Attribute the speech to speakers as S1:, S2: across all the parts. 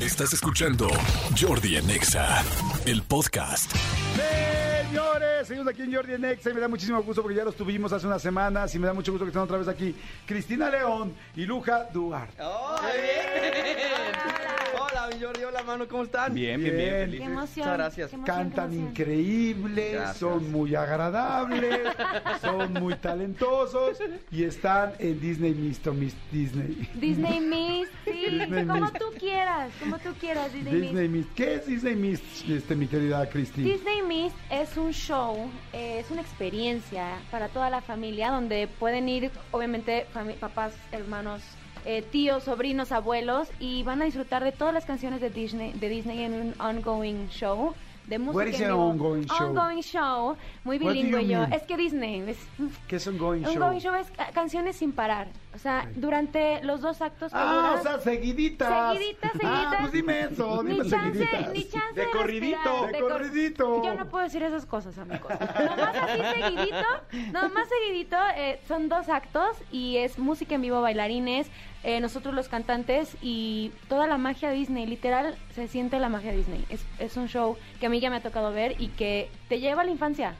S1: Estás escuchando Jordi en EXA, el podcast.
S2: Señores, seguimos aquí en Jordi en Exa y me da muchísimo gusto porque ya los tuvimos hace unas semanas y me da mucho gusto que estén otra vez aquí Cristina León y Luja
S3: Ah,
S2: Duarte.
S4: ¡Oh, bien! Hola, mi Jordi, hola, mano, ¿cómo están?
S2: Bien, bien, bien, feliz.
S3: Qué
S2: Dice,
S3: emoción.
S4: Muchas gracias.
S3: qué emoción,
S2: Cantan
S3: qué emoción.
S2: increíbles,
S4: Gracias.
S2: son muy agradables, son muy talentosos y están en Disney Misto, Miss Disney.
S3: Disney Miss, sí,
S2: Disney
S3: como
S2: Miss.
S3: tú quieras, como tú quieras, Disney,
S2: Disney
S3: Miss.
S2: Miss. ¿Qué es Disney Miss, este, mi querida Cristina?
S3: Disney Miss es un show, eh, es una experiencia para toda la familia donde pueden ir, obviamente, fami- papás, hermanos, eh, tíos, sobrinos, abuelos y van a disfrutar de todas las canciones de Disney, de Disney en un ongoing show. De música
S2: is
S3: en
S2: an
S3: vivo.
S2: ongoing show?
S3: Ongoing show, Muy
S2: What do you
S3: bilingüe yo.
S2: mean?
S3: Es que Disney, es-
S2: ¿Qué es un going
S3: un
S2: show?
S3: going show es ca- canciones sin parar. O sea,
S2: Ok.
S3: durante los dos actos que
S2: Ah,
S3: duran-
S2: o sea, seguiditas.
S3: Seguiditas,
S2: Ah,
S3: seguiditas.
S2: pues dime eso,
S3: Ni
S2: dime
S3: chance,
S2: seguiditas.
S3: ni chance
S4: De corridito.
S3: respirar,
S2: De
S3: cor-
S2: corridito.
S3: Yo no puedo decir esas cosas, amigos. Nomás así seguidito, nomás seguidito, eh, son dos actos y es música en vivo, bailarines, eh, nosotros los cantantes y toda la magia Disney, literal, se siente la magia Disney. Es, es un show que a mí ya me ha tocado ver y que te lleva a la infancia.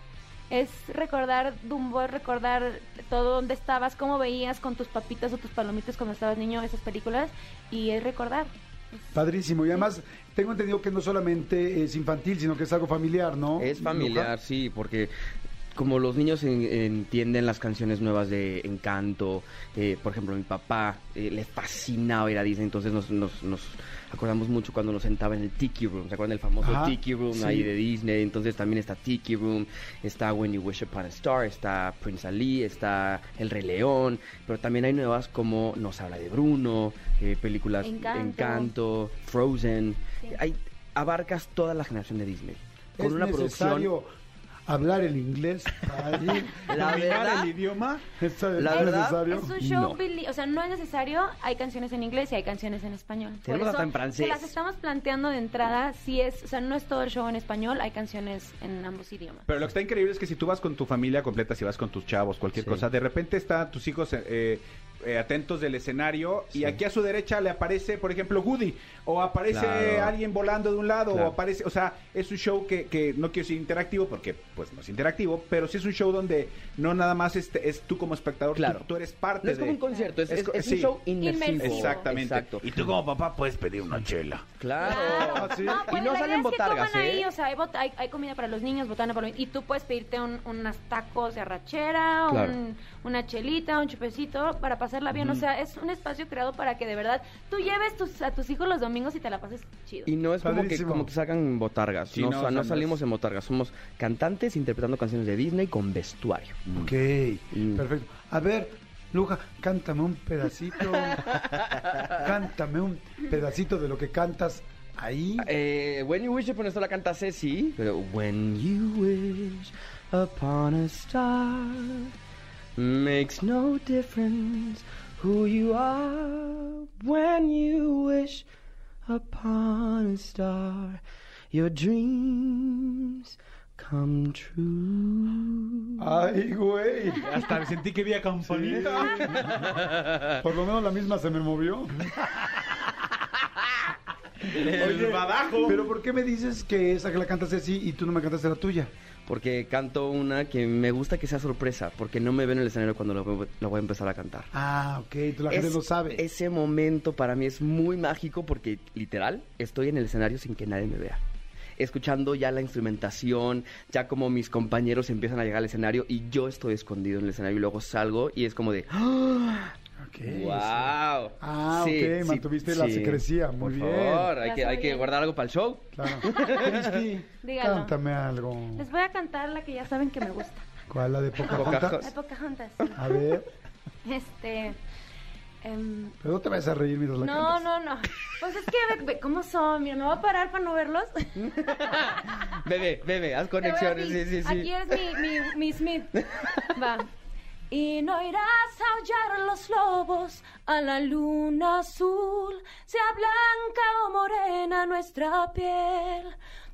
S3: Es recordar Dumbo, es recordar todo donde estabas, cómo veías con tus papitas o tus palomitas cuando estabas niño esas películas y es recordar.
S2: Padrísimo. Y además, tengo entendido que no solamente es infantil, sino que es algo familiar, ¿no?
S5: Es familiar,
S2: Luca?
S5: sí, porque como los niños en- entienden las canciones nuevas de Encanto, eh, por ejemplo, mi papá eh, le fascinaba ir a Disney, entonces nos, nos- nos acordamos mucho cuando nos sentaba en el Tiki Room, ¿se acuerdan del famoso
S2: Ajá,
S5: Tiki Room
S2: sí.
S5: ahí de Disney? Entonces también está Tiki Room, está When You Wish Upon a Star, está Prince Ali, está El Rey León, pero también hay nuevas como Nos habla de Bruno, eh, películas
S3: Encanto.
S5: Encanto, Frozen,
S3: Sí.
S5: hay, abarcas toda la generación de Disney. Con
S2: ¿Es
S5: una producción
S2: necesario hablar el inglés para ir-
S4: La
S2: dominar
S4: verdad-
S2: el idioma? ¿Es, es
S4: La verdad,
S2: necesario?
S3: Es un show,
S5: No.
S3: bili- o sea, no es necesario. Hay canciones en inglés y hay canciones en español. Por
S5: Tenemos
S3: eso
S5: hasta en francés.
S3: Se las estamos planteando de entrada. Si es, o sea, no es todo el show en español, hay canciones en ambos idiomas.
S6: Pero lo que está increíble es que si tú vas con tu familia completa, si vas con tus chavos, cualquier
S5: Sí.
S6: cosa, de repente están tus hijos eh, eh, eh, atentos del escenario y
S5: Sí.
S6: aquí a su derecha le aparece, por ejemplo, Woody o aparece
S5: Claro.
S6: alguien volando de un lado
S5: Claro.
S6: o aparece, o sea, es un show que, que no quiero decir interactivo porque pues no es interactivo, pero sí es un show donde no nada más este, es tú como espectador,
S5: Claro.
S6: tú, tú eres parte
S5: No es
S6: de...
S5: como un concierto, es,
S6: Es
S5: es-
S6: co-
S5: es
S6: sí.
S5: un show inmersivo.
S3: Inmersivo.
S6: Exactamente.
S5: Exacto.
S6: Y tú como papá puedes pedir una chela.
S5: Claro.
S2: Ah, sí.
S3: No, pues
S5: Y no
S3: la idea
S5: salen
S3: es que
S5: botargas,
S3: coman
S5: ¿eh?
S3: ahí, o sea, hay, bot- hay- hay comida para los niños, botana para los niños, y tú puedes pedirte un- unas tacos de arrachera,
S5: Claro.
S3: un- una chelita, un chupecito para pasarla bien, o sea, es un espacio creado para que de verdad tú lleves tus- a tus hijos los domingos y te la pases chido.
S5: Y no es como que,
S2: Padrísimo.
S5: como que salgan botargas.
S6: Sí,
S5: no,
S6: no,
S5: o sea, no
S6: son
S5: salimos
S6: las-
S5: en botargas. Somos cantantes interpretando canciones de Disney con vestuario.
S2: Ok,
S5: Mm.
S2: perfecto. A ver, Luja, cántame un pedacito. cántame un pedacito de lo que cantas ahí.
S5: Eh, when You Wish Upon a Star la canta Ceci. Pero When You Wish Upon a Star Makes no difference who you are. When you wish upon a star, your dreams come true.
S2: Ay, güey.
S6: Hasta sentí que vi a
S2: Por lo menos la misma se me movió.
S6: El badajo.
S2: Pero ¿por qué me dices que esa que la cantas así y tú no me cantaste la tuya?
S5: Porque canto una que me gusta que sea sorpresa, porque no me ven en el escenario cuando lo, voy- lo voy a empezar a cantar.
S2: Ah, ok, tú la gente
S5: Es-
S2: no sabe.
S5: Ese momento para mí es muy mágico porque literal estoy en el escenario sin que nadie me vea. Escuchando ya la instrumentación, ya como mis compañeros empiezan a llegar al escenario y yo estoy escondido en el escenario y luego salgo y es como de ¡Ah!
S2: Ok.
S5: ¡Wow!
S2: Ah,
S5: Sí,
S2: ok,
S5: sí,
S2: mantuviste la
S5: sí.
S2: secrecía, muy
S5: Por
S2: bien.
S5: favor, hay
S3: La
S5: que, hay
S3: soy
S5: que
S3: yo.
S5: guardar algo para el show.
S2: Claro. Cristi,
S3: Dígalo.
S2: cántame algo.
S3: Les voy a cantar la que ya saben que me gusta.
S2: ¿Cuál la de
S3: La
S2: Pocahontas?
S5: Pocahontas.
S3: Pocahontas. sí.
S2: A ver,
S3: Este. em,
S2: pero no te vayas a reír mientras la
S3: no,
S2: cantas.
S3: no, no. Pues es que, ve- ve ¿cómo son? Mira, me voy a parar para no verlos.
S5: Bebe, bebe, haz
S3: Te veo
S5: conexiones,
S3: aquí.
S5: sí, sí, sí.
S3: Aquí eres mi, mi, mi Smith. Va. Y no irás a aullar a los lobos a la luna azul, sea blanca o morena nuestra piel.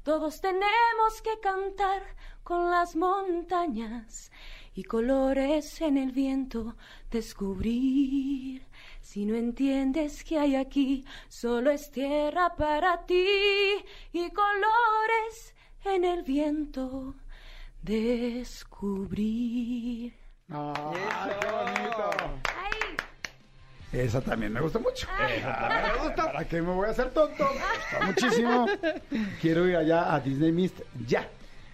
S3: Todos tenemos que cantar con las montañas y colores en el viento descubrir.
S7: Si no entiendes que hay aquí, solo es tierra para ti y colores en el viento descubrir.
S2: ¡Ay, qué bonito!
S3: ¡Ay!
S2: Esa también me gusta mucho.
S6: Me gusta.
S2: ¿Para qué me voy a hacer tonto? Me gusta muchísimo. Quiero ir allá a Disney Mist ya.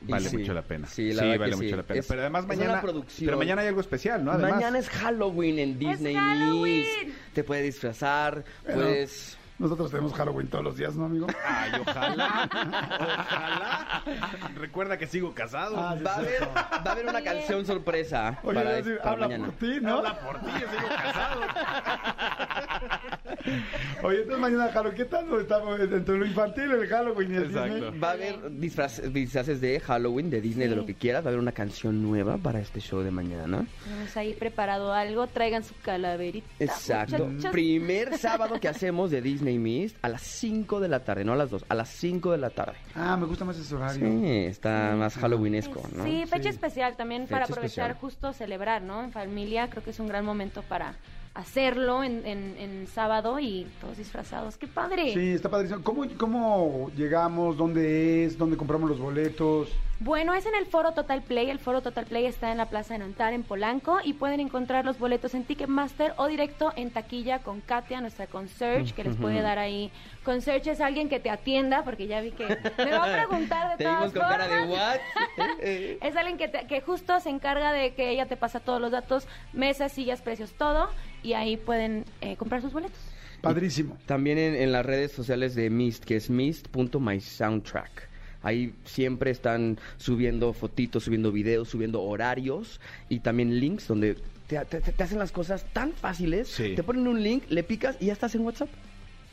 S6: Vale
S5: Y sí,
S6: mucho la pena.
S5: sí, la verdad
S6: vale
S5: que
S6: mucho
S5: sí.
S6: la pena.
S5: Es-
S6: pero además
S5: es una
S6: mañana.
S5: producción.
S6: Pero mañana hay algo especial, ¿no? Además.
S5: Mañana es Halloween en Disney.
S3: Halloween!
S5: Mist. Te puedes disfrazar, pues,
S2: Bueno.
S5: puedes.
S2: Nosotros tenemos Halloween todos los días, ¿no, amigo?
S6: Ay, ojalá. Ojalá. Recuerda que sigo casado.
S2: Ah, sí,
S5: Va a haber,
S2: cierto.
S5: va a haber una canción sorpresa
S2: Oye,
S5: para,
S2: iba a decir,
S5: para
S2: habla
S5: mañana.
S2: por ti, ¿no?
S6: Habla por ti, yo sigo casado.
S2: Oye, entonces mañana Halloween, ¿qué tal? Estamos entre lo infantil, el Halloween y el
S6: Exacto.
S2: Disney.
S5: Va a haber disfraz- disfraces de Halloween, de Disney, de lo que quieras. Va a haber una canción nueva para este show de mañana.
S3: Tenemos ahí preparado algo, traigan su calaverita.
S5: Exacto.
S3: muchachos.
S5: Primer sábado que hacemos de Disney Mist a las 5 de la tarde, no a las 2, a las 5 de la tarde.
S2: Ah, me gusta más ese horario.
S5: Sí, está más halloweenesco, ¿no?
S3: Sí, fecha especial también
S5: Fecha
S3: para aprovechar
S5: especial.
S3: justo celebrar, ¿no? En familia creo que es un gran momento para hacerlo en, en- en sábado y todos disfrazados. ¡Qué padre!
S2: Sí, está padrísimo. ¿Cómo, ¿Cómo llegamos? ¿Dónde es? ¿Dónde compramos los boletos?
S3: Bueno, es en el Foro Total Play. El Foro Total Play está en la Plaza de Nantar, en Polanco, y pueden encontrar los boletos en Ticketmaster o directo en taquilla con Katia, nuestra concierge, que les puede dar ahí. Concierge es alguien que te atienda, porque ya vi que me va a preguntar
S5: Te
S3: de
S5: vimos
S3: todas
S5: con cara de
S3: formas.
S5: what? Eh,
S3: Es alguien que, te- que justo se encarga de que ella te pasa todos los datos, mesas, sillas, precios, todo, y ahí pueden eh, comprar sus boletos.
S2: Padrísimo.
S5: También en, en las redes sociales de Mist, que es mist.mysoundtrack. Ahí siempre están subiendo fotitos, subiendo videos, subiendo horarios y también links donde te, te- te hacen las cosas tan fáciles.
S6: Sí.
S5: Te ponen un link, le picas y ya estás en WhatsApp.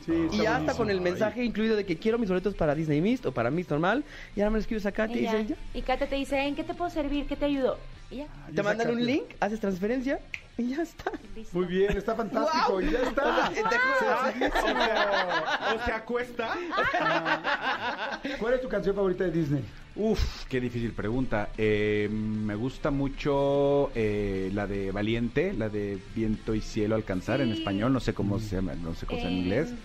S2: Sí,
S5: Y ya hasta con el
S6: Ay.
S5: mensaje incluido de que quiero mis boletos para Disney Mist o para Mist normal. Y ahora me los escribes acá y te
S3: Y, ya.
S5: dicen ya.
S3: Y Katia te dice, ¿en qué te puedo servir? ¿Qué te ayudo? Y ya,
S5: Te mandan un link, haces transferencia y ya está.
S3: listo.
S2: Muy bien, está fantástico. Y ya está.
S6: O se acuesta.
S2: ¿Cuál es tu canción favorita de Disney?
S6: Uf, qué difícil pregunta. Eh, me gusta mucho eh, la de Valiente, la de Viento y Cielo Alcanzar en
S3: Sí.
S6: español, no sé cómo se llama, no sé cómo se llama en inglés.
S3: Eh,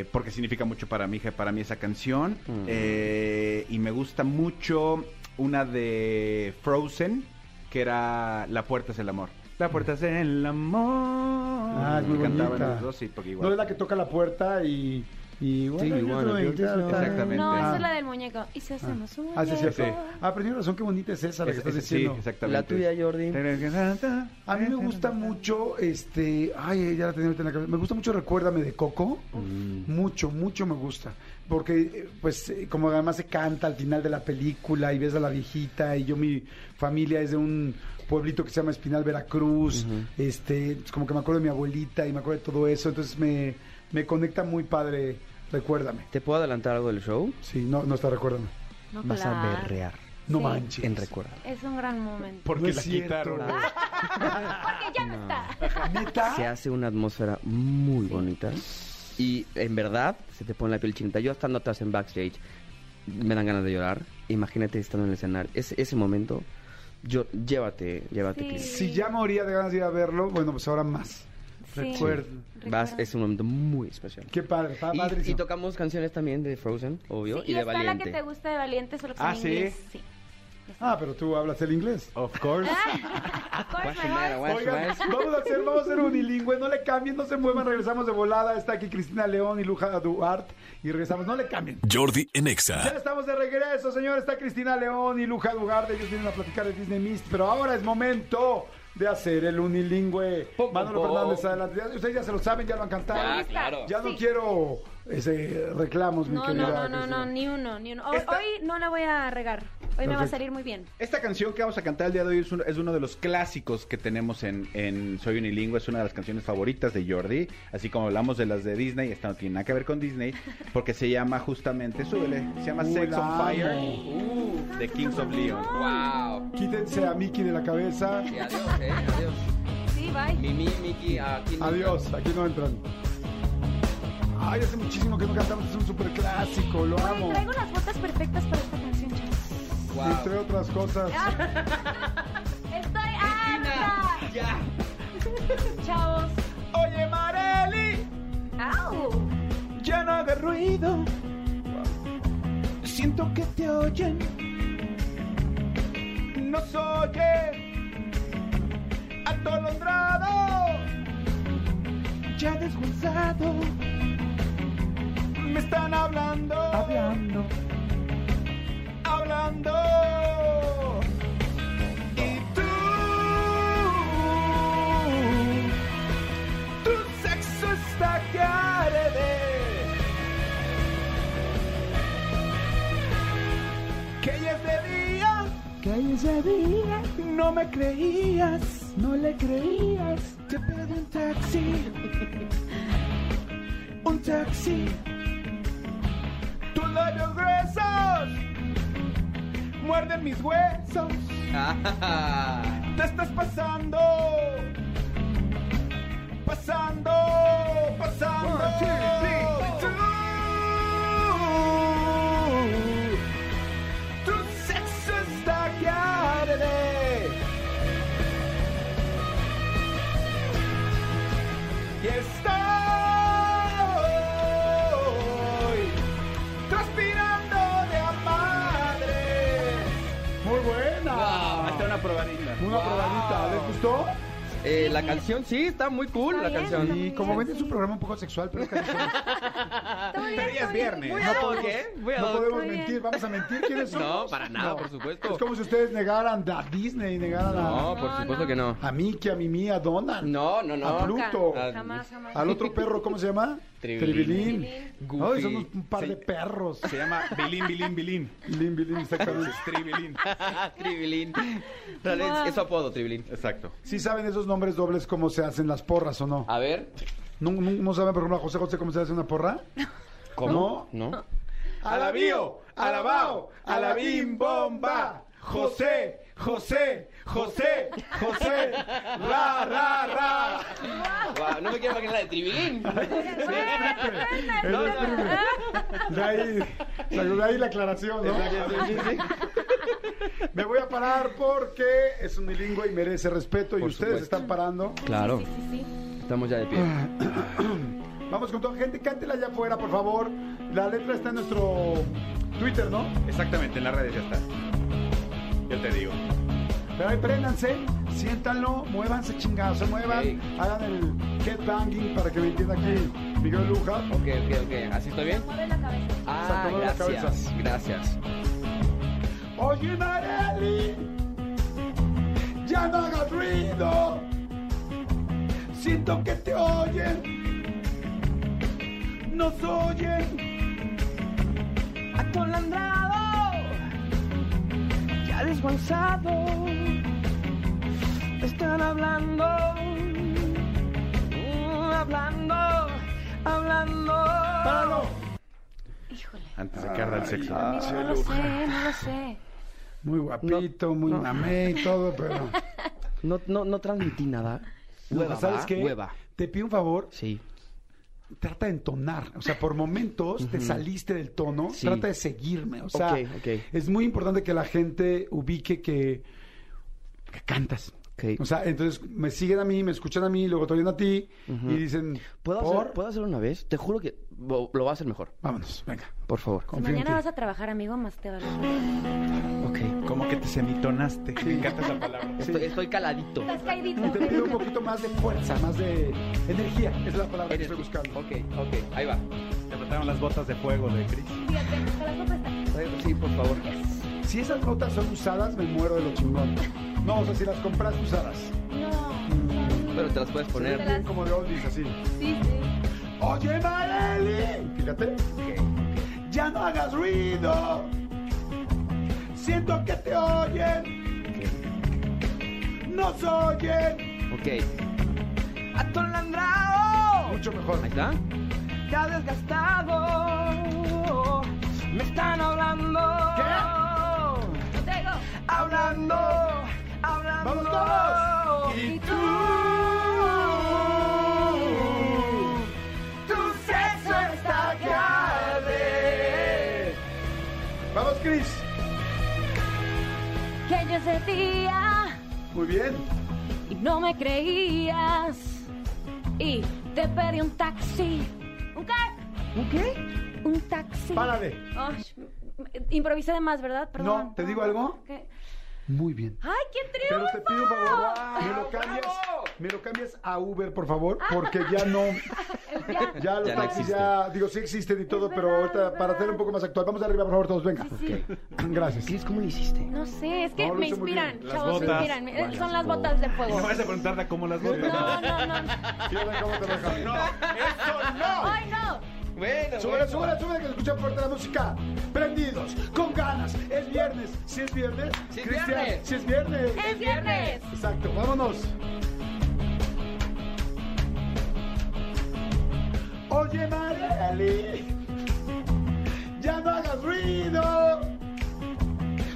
S6: eh, porque significa mucho para mí, para mí esa canción.
S5: Mm.
S6: Eh, y me gusta mucho una de Frozen, que era La puerta es el amor. La puerta es el amor. Mm.
S2: Ah, es muy
S6: Me encantaban
S2: bonita.
S6: los dos, sí, porque igual.
S2: No es la que toca la puerta y. y bueno, yo
S5: bueno,
S2: soy-
S5: yo-
S6: Exactamente.
S3: No, esa
S2: Ah.
S3: es la del muñeco. ¿Y si hacemos un
S2: Ah, sí, sí, sí.
S3: muñeco?
S2: Ah, pero tienes razón, qué bonita es esa la que
S6: Es-
S2: estás
S6: es- sí,
S2: diciendo.
S6: exactamente.
S5: La tuya, Jordi.
S2: A mí me gusta mucho, este, ay, ya la tenía ahorita en la cabeza. Me gusta mucho Recuérdame de Coco. Mucho, mucho me gusta. Porque, eh, pues, eh, como además se canta al final de la película y ves a la viejita y yo, mi familia es de un pueblito que se llama Espinal, Veracruz. Este, pues, como que me acuerdo de mi abuelita y me acuerdo de todo eso. Entonces me, me conecta muy padre Recuérdame.
S5: ¿Te puedo adelantar algo del show?
S2: Sí, no, no está Recuérdame.
S3: No,
S5: Vas a
S3: claro.
S5: berrear
S2: No
S3: Sí.
S2: manches.
S5: en recuerdo.
S3: Es un gran momento.
S2: Porque la quitaron.
S3: Porque ya no, está.
S2: ¿Neta?
S5: Se hace una atmósfera muy bonita. Y en verdad, se te pone la piel chinita. Yo estando atrás en backstage, me dan ganas de llorar. Imagínate estando en el escenario. Ese, ese momento, yo, llévate, llévate,
S3: Sí.
S5: cliente.
S2: Si ya moría de ganas de ir a verlo, bueno, pues ahora más.
S3: Sí.
S2: Recuerdo.
S5: Vas, es un momento muy especial.
S2: Qué padre, está
S5: Y,
S2: Ah, padrísimo.
S5: y tocamos canciones también de Frozen, obvio,
S3: Sí,
S5: y,
S3: y
S5: de
S3: está la
S5: Valiente.
S3: que te gusta de Valiente, solo que es
S6: Ah,
S3: en
S6: ¿sí?
S3: inglés. Sí.
S2: Ah, pero tú hablas el inglés.
S6: Of course.
S3: Of course,
S5: Guacho,
S3: mejor.
S5: nada, guacho,
S2: Oigan,
S5: guacho.
S2: vamos a hacer, vamos a ser unilingüe, no le cambien, no se muevan, regresamos de volada. Está aquí Cristina León y Luja Duarte y regresamos, no le cambien.
S1: Jordi en
S2: Ya
S1: Exa.
S2: estamos de regreso, señor. Está Cristina León y Luja Duarte. Ellos vienen a platicar de Disney Mist, pero ahora es momento de hacer el unilingüe.
S5: Pum,
S2: Manolo
S5: pum, pum.
S2: Fernández, adelante. Ya- Ustedes ya se lo saben, ya lo han cantado.
S5: Ya, claro.
S2: Ya no
S3: Sí.
S2: quiero ese reclamos, mi
S3: No, no,
S2: querida.
S3: no, no,
S2: Cristina.
S3: no, ni uno, ni uno. Hoy,
S6: Esta-
S3: hoy no la voy a regar. Hoy me va a
S2: Perfecto.
S3: salir muy bien.
S6: Esta canción que vamos a cantar el día de hoy es, un- es uno de los clásicos que tenemos en, en Soy Unilingüe, es una de las canciones favoritas de Jordi, así como hablamos de las de Disney, esta no tiene nada que ver con Disney, porque se llama justamente, súbele, se llama
S2: Uy,
S6: Sex
S2: la
S6: on
S2: amo.
S6: Fire de Kings of Leon.
S5: ¡Wow!
S2: Quítense a Mickey de la cabeza.
S5: Y adiós, eh, adiós.
S3: Sí, bye.
S5: Mimi, Miki, aquí no-
S2: Adiós, aquí no entran. Ay, hace muchísimo que no cantamos, es un super clásico, lo
S3: Oye,
S2: amo.
S3: traigo las botas perfectas para esta canción, chicos.
S5: Guau.
S2: Entre otras cosas.
S3: Ah. Estoy harta.
S5: Ya.
S3: Chavos.
S6: Oye,
S3: ¡Au!
S6: Ya no haga ruido. Siento que te oyen. Nos oye. Atolondrado. Ya desguazado. Me están hablando. Hablando. Hablando. Y tú. Tu sexo está que arde. Que ella es de día. Que ella es de día. No me creías. No le creías. Te pedí un taxi. un taxi. Tú lo regresas. Muerden mis huesos. Te estás pasando. Pasando, pasando. Tú, tu sexo está que arde. Y estoy transpirando de a madre.
S2: Muy buena.
S6: Ahí está una probadita.
S2: Una probadita. ¿Les gustó?
S5: Eh, la canción sí, está muy cool
S3: Está
S5: la
S3: bien,
S5: canción.
S3: está
S2: Y
S3: bien.
S2: como ven es un programa un poco sexual, pero es que Ah,
S3: Está muy bien,
S6: Pero ya
S3: está bien.
S6: es viernes.
S3: Muy
S5: No,
S3: bien.
S5: ¿por qué? Voy a
S2: no podemos
S3: muy bien.
S2: mentir. ¿Vamos a mentir quiénes
S5: No,
S2: somos?
S5: para nada, por supuesto.
S2: Es como si ustedes negaran a Disney, negaran
S5: No,
S2: a,
S5: por
S3: No,
S5: supuento
S3: no.
S5: que no.
S2: a Mickey, a Mimi, a Donald.
S5: No, no,
S2: A
S5: no.
S2: Pluto.
S3: Nunca,
S2: Pluto.
S3: Jamás, jamás.
S2: Al otro perro, ¿cómo se llama?
S5: Tribilín.
S2: Ay,
S5: Goofy.
S2: somos un par de perros.
S6: Se llama Bilín, Bilín, Bilín.
S2: Bilín, bilín, exactamente.
S6: Tribilín.
S5: Tribilín. Dale,
S3: Wow.
S5: Es es su apodo, Tribilín.
S6: Exacto.
S2: ¿Sí saben esos nombres dobles cómo se hacen las porras o
S6: Ah.
S2: no?
S5: A ver.
S2: ¿No, no, no saben, por ejemplo, a José José cómo se hace una porra?
S5: ¿Cómo? No.
S6: Alabío, alabao, alabim bomba. José, José, José, José. Ra, ra, ra.
S5: Guau, no me quiero imaginar la de Tribilín.
S2: El
S3: Ah,
S2: exprime. De ahí, salió de ahí la aclaración, ¿no? Me voy a parar porque es unilingüe y merece respeto y
S5: Por
S2: ustedes
S5: supuesto.
S2: están parando.
S5: Claro.
S3: Sí, sí, sí.
S5: Estamos ya de pie.
S2: Vamos con toda gente, cántela allá afuera, por favor. La letra está en nuestro Twitter, ¿no?
S6: Exactamente, en las redes ya está. Yo te digo.
S2: Pero ahí préndanse, siéntanlo, muévanse chingados, se muevan,
S5: Ey.
S2: hagan el headbanging para que me entienda aquí Miguel Luja.
S5: Ok, ok, ok. ¿Así estoy bien?
S3: Mueve la cabeza.
S5: Ah,
S2: mueve la
S5: gracias.
S2: cabeza.
S5: Gracias.
S2: Oye, Marely, ya no hagas ruido. Siento que te oyen. Nos oyen.
S5: Acolandrado, ya desguanzado, te están hablando, mm, hablando, hablando.
S2: ¡Páralo!
S3: Híjole.
S6: Antes de que arda el sexo.
S3: Amigo, no lo sé, no lo sé.
S2: Muy guapito, muy mamé y todo, pero.
S5: No, no, no transmití nada. Hueva,
S2: ¿Sabes
S5: ¿va?
S2: qué?
S5: Hueva.
S2: Te pido un favor,
S5: Sí.
S2: trata de entonar. O sea, por momentos te saliste del tono,
S5: Sí.
S2: trata de seguirme. O sea,
S5: Ok, ok.
S2: es muy importante que la gente ubique que, que cantas.
S5: Ok.
S2: O sea, entonces me siguen a mí, me escuchan a mí, luego te oyen a ti y dicen,
S5: ¿Puedo,
S2: "Por-
S5: hacer, ¿Puedo hacer una vez? Te juro que bo- lo va a hacer mejor.
S2: Vámonos, venga,
S5: Por favor.
S3: Si
S2: confío en
S3: mañana
S2: ti".
S3: vas a trabajar, amigo, más te vale.
S5: Ok.
S6: Como que te semitonaste. Me encanta esa palabra.
S5: Estoy, estoy caladito.
S3: Estás caidito.
S2: Y te pido un poquito más de fuerza, más de energía. Esa es la palabra que
S5: Eres
S2: estoy
S5: tú.
S2: buscando.
S5: Ok, ok. Ahí va.
S6: Te faltaron las botas de fuego de Chris.
S3: Fíjate, hasta la copa está.
S5: Sí, por favor.
S2: Si esas notas son usadas, me muero de lo chingón. No, o sea, si las compras usadas.
S3: No.
S5: Pero te las puedes
S2: Se ven
S5: poner.
S2: bien como de oldies, así.
S3: Sí, sí.
S2: Oye, Marely, fíjate. Ya no hagas ruido. Siento que te oyen. Nos oyen.
S5: Ok.
S2: Mucho mejor.
S5: Ahí está.
S8: Ya desgastado, me están hablando.
S3: Lo tengo.
S8: Hablando, hablando.
S2: ¡Vamos todos!
S8: Y tú,
S2: Tu sexo está que arde. Vamos, Chris.
S3: Que yo sentía
S2: Muy bien.
S3: y no me creías. Y te pedí un taxi
S5: ¿Un qué?
S3: Un taxi.
S2: Párale.
S3: Ay, improvisé de más, ¿verdad? Perdón.
S2: No, ¿te digo algo?
S3: ¿Qué?
S2: Muy bien.
S3: ¡Ay, qué
S2: Pero
S3: triunfo! Ah,
S2: te pido un favor, me lo cambias, me lo cambias a Uber, por favor, porque ya no,
S3: El ya.
S2: ya los
S5: Ya no
S2: taxis
S5: existe.
S2: ya, digo, sí existen y todo,
S3: Es
S2: pero
S3: verdad, es
S2: ahorita para
S3: verdad.
S2: hacer un poco más actual, vamos arriba, por favor, todos, venga.
S3: Sí, sí.
S2: Gracias.
S5: ¿Qué es? ¿Cómo lo hiciste?
S3: No sé, es que
S2: No, lo
S3: me
S2: hizo muy
S3: inspiran,
S2: bien.
S9: Las
S3: chavos, me
S9: botas.
S3: inspiran. Eh,
S5: Bueno,
S3: Son las
S5: bo-
S3: botas de fuego.
S9: No vas a contarla cómo las botas.
S3: No, no, no.
S2: Fíjate cómo te deja.
S3: ¡Ay, no!
S5: Bueno,
S2: Súbele, súbele, súbele, que escuchan fuerte la música. Prendidos, con ganas. Es viernes, si es viernes.
S5: Sí es
S2: Cristian,
S5: viernes.
S2: si es viernes.
S3: ¡Es viernes!
S2: Exacto, vámonos. Oye, Marieli, ya no hagas ruido.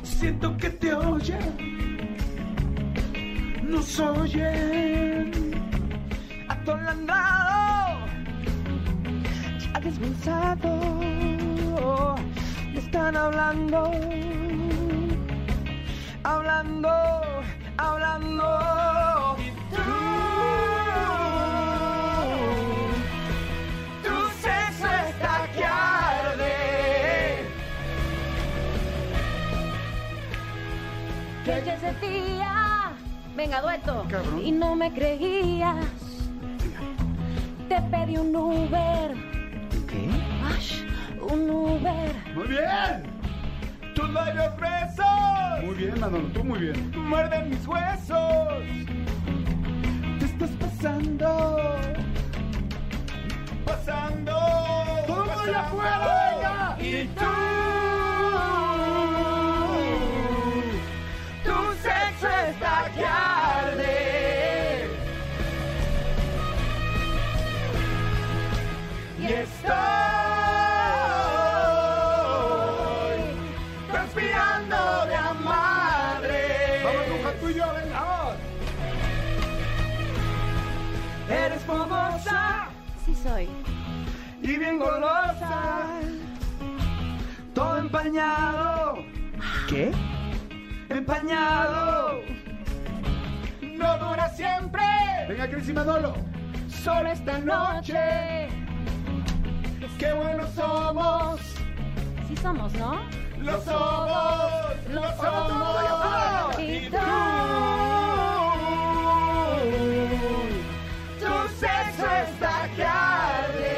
S2: Siento que te oyen, nos oyen.
S8: Atolandrado, ya desmenuzado, me están hablando, hablando, hablando. Y tú, tu sexo está que arde.
S3: Que yo sentía. Venga, dueto.
S2: Cabrón.
S3: Y no me creías. Te pedí un Uber.
S5: ¿Qué?
S3: Ash, un Uber.
S2: Muy bien,
S8: Tus labios presos.
S2: muy bien, Manolo, tú muy bien.
S8: muerden mis huesos. Te estás pasando, pasando.
S2: ¡Todo el mundo allá
S8: pasando.
S2: afuera, venga!
S8: Y tú, tu sexo está que arde. Y estoy transpirando de a madre.
S2: Vamos, Luja, tú y yo, venga.
S8: Eres famosa
S3: Sí soy.
S8: y bien golosa. Todo empañado,
S5: ¿Qué?
S8: empañado. No dura siempre,
S2: Venga, Cris y Manolo.
S8: solo esta noche.
S3: Noche.
S8: Qué buenos somos,
S3: Sí somos, ¿no?
S8: lo somos, lo somos.
S3: Y
S8: Y
S3: tú.
S8: tú, tu sexo está que arde.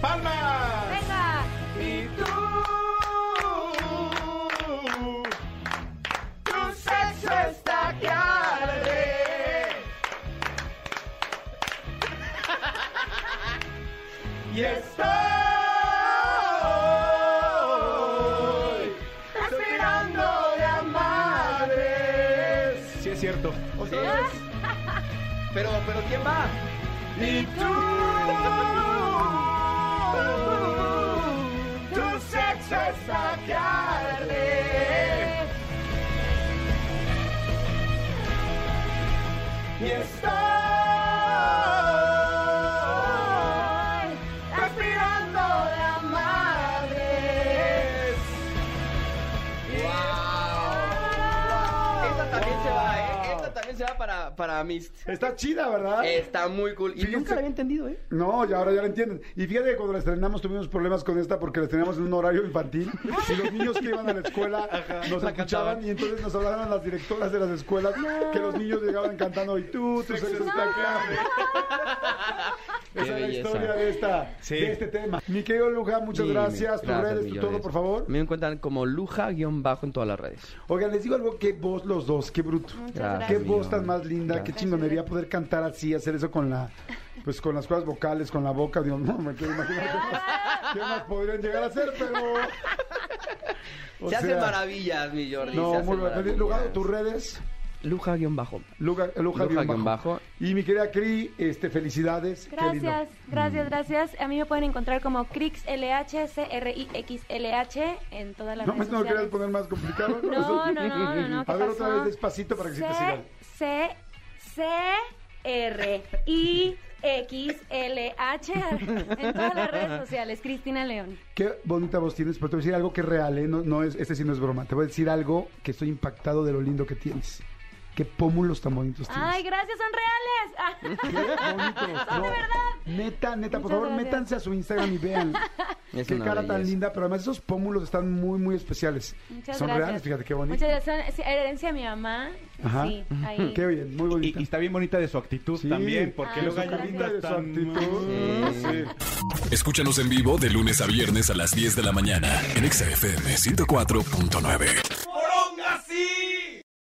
S8: ¡Palmas!
S3: Venga.
S8: Y tú, tu sexo está que arde. Y estoy respirando de a madres.
S9: Sí, es cierto.
S5: ¿Otra vez? Pero, pero ¿quién va?
S8: Y tú, tu sexo está que arde. Y estoy respirando la madre.
S5: Esta también se va, ¿eh? Esta también se va para, para Mist.
S2: Está chida, ¿verdad?
S8: Eh,
S5: Está muy cool. Y
S2: Fíjense-
S5: nunca la había entendido, ¿eh?
S2: No, y ahora ya lo entienden. Y fíjate que cuando la estrenamos tuvimos problemas con esta porque la estrenamos en un horario infantil y los niños que iban a la escuela nos
S5: la
S2: escuchaban
S5: cantaban.
S2: y entonces nos hablaban las directoras de las escuelas que los niños llegaban cantando y tú, tu sexo está acá".
S5: Qué
S2: Esa es la
S5: belleza.
S2: historia de, esta,
S9: Sí.
S2: de este tema. Mi querido Luján, muchas
S5: Sí,
S2: gracias. Tus
S5: gracias,
S2: redes, tu todo,
S5: millones.
S2: por favor.
S5: Me encuentran como Luja-bajo en todas las redes.
S2: Oigan, les digo algo, qué voz los dos, qué bruto.
S5: Gracias.
S2: Qué
S5: Dios mío.
S2: voz tan más linda, qué
S5: Gracias.
S2: chingonería poder cantar así, hacer eso con la, pues con las cuerdas vocales, con la boca, Dios no, me quiero imaginar qué más, qué más podrían llegar a hacer, pero. O
S5: se hacen
S2: sea,
S5: maravillas, mi Jordi. se
S2: No,
S5: hacen
S2: muy bien.
S5: maravillas.
S2: Lugar, tus redes,
S5: Luja-bajo.
S2: Lugar, Luja,
S5: Luja
S2: guión
S5: guión
S2: bajo.
S5: bajo.
S2: Y mi querida Cri, este, felicidades. qué lindo.
S3: Gracias, gracias, gracias. A mí me pueden encontrar como CRIXLH, C-R-I-X-L-H en todas las
S2: No, pues
S3: redes
S2: no lo querías
S3: sociales.
S2: poner más complicado.
S3: No, no, no, no, no. ¿qué
S2: A ver, otra
S3: pasó?
S2: vez despacito para que sí te
S3: C,
S2: sigan.
S3: C, C, R, I, X, L, H. En todas las redes sociales. Cristina León.
S2: Qué bonita voz tienes, pero te voy a decir algo que es real, ¿eh? No, no es, este sí no es broma. Te voy a decir algo que estoy impactado de lo lindo que tienes. Qué pómulos tan bonitos tienes.
S3: Ay, gracias, son reales.
S2: Qué bonitos.
S3: Son de
S2: No,
S3: verdad.
S2: Neta, neta, por
S3: Muchas
S2: favor,
S3: gracias.
S2: métanse a su Instagram y vean.
S5: Es
S2: qué
S5: una
S2: cara tan
S5: belleza.
S2: linda, pero además esos pómulos están muy, muy especiales.
S3: Muchas
S2: Son
S3: gracias.
S2: reales, fíjate qué bonito.
S3: Muchas gracias. Son- sí, herencia de mi mamá.
S2: Ajá.
S3: Sí, ahí.
S2: Qué bien, muy
S6: Y,
S2: bonita.
S6: y está bien bonita de su actitud
S2: Sí.
S6: también, porque
S3: Ay,
S6: luego
S3: su
S6: hay
S3: carita
S6: unas
S2: de su
S6: tan-
S2: actitud.
S5: Sí.
S1: Escúchanos en vivo de lunes a viernes a las 10 de la mañana en Exa FM 104.9.